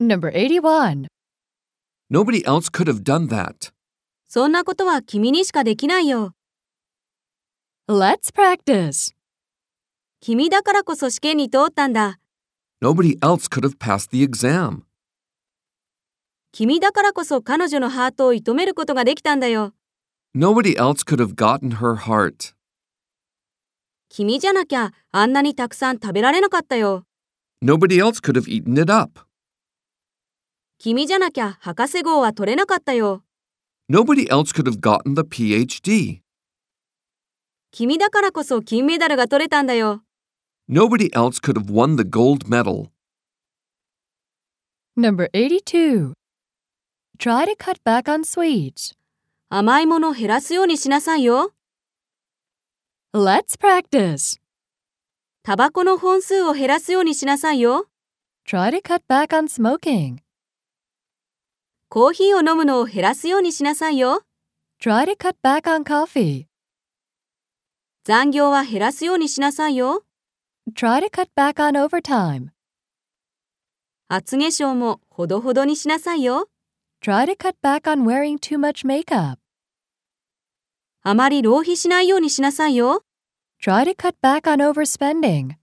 Number 81. Nobody else could have done that. そんなことは君にしかできないよ。 Let's practice. 君だからこそ試験に通ったんだ。 Nobody else could have passed the exam. 君だからこそ彼女のハートを射止めることができたんだよ。 Nobody else could have gotten her heart. 君じゃなきゃあんなにたくさん食べられなかったよ。 Nobody else could have eaten it up. 君じゃなきゃ博士号は取れなかったよ。 Nobody else could have gotten the PhD. 君だからこそ金メダルが取れたんだよ。 Nobody else could have won the gold medal. Number 82. Try to cut back on sweets. 甘いものを減らすようにしなさいよ。 Let's practice. タバコの本数を減らすようにしなさいよ。 Try to cut back on smoking. コーヒーを飲むのを減らすようにしなさいよ。 Try to cut back on coffee. 残業は減らすようにしなさいよ。 Try to cut back on overtime. 厚化粧もほどほどにしなさいよ。 Try to cut back on wearing too much makeup. あまり浪費しないようにしなさいよ。 Try to cut back on overspending.